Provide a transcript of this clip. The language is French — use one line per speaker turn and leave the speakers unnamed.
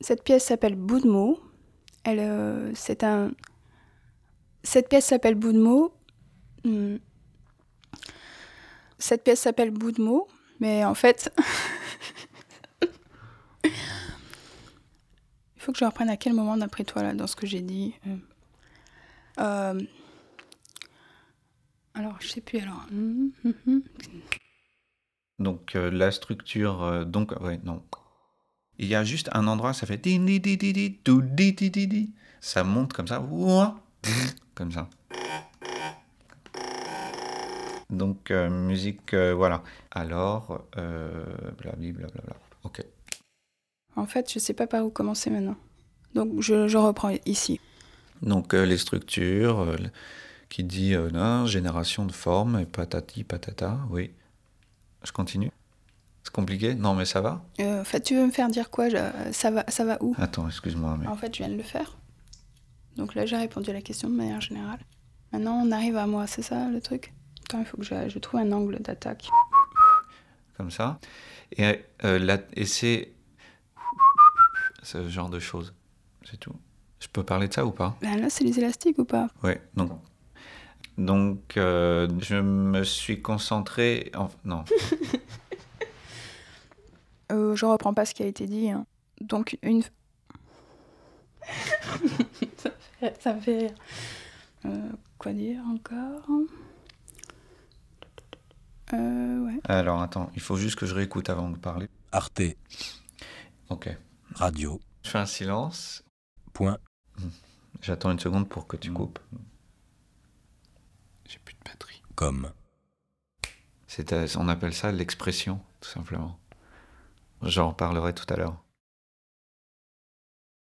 Cette pièce s'appelle Bout de mots. Elle, euh, c'est un. Cette pièce s'appelle Bout de mots. Hmm. Cette pièce s'appelle Bout de mots, mais en fait. Il faut que je reprenne à quel moment d'après toi, là, dans ce que j'ai dit. Euh. Euh, Alors, je sais plus, alors. Hum, hum, hum.
Donc euh, la structure, euh, donc ouais, non. Il y a juste un endroit, ça fait di di di di di dou di di di di. Ça monte comme ça, ouah, comme ça. Donc euh, musique, euh, voilà. Alors, euh, blabli, blablabla. Ok.
En fait, je sais pas par où commencer maintenant. Donc, je, je reprends ici.
Donc euh, les structures, euh, le- qui dit euh, non, génération de forme, et patati patata. Oui. Je continue. C'est compliqué Non, mais ça va.
Euh, en fait, tu veux me faire dire quoi je- ça, va, ça va où
Attends, excuse-moi, mais
En fait, je viens de le faire. Donc là, j'ai répondu à la question de manière générale. Maintenant, on arrive à moi, c'est ça le truc Putain, il faut que je, je trouve un angle d'attaque.
comme ça. Et, euh, la- et c'est ce genre de choses. C'est tout. Je peux parler de ça ou pas
Ben là, c'est les élastiques ou pas
Ouais. Donc, donc euh, je me suis concentré. en- Non.
Euh, Je reprends pas ce qui a été dit. hein. Donc, une. ça me fait rire. Euh, quoi dire encore Euh, ouais.
Alors attends, il faut juste que je réécoute avant de parler.
Arte
Ok.
Radio.
Je fais un silence.
Point.
J'attends une seconde pour que tu coupes. J'ai plus de batterie.
Com.
C'est, euh, on appelle ça l'expression, tout simplement. J'en parlerai tout à l'heure.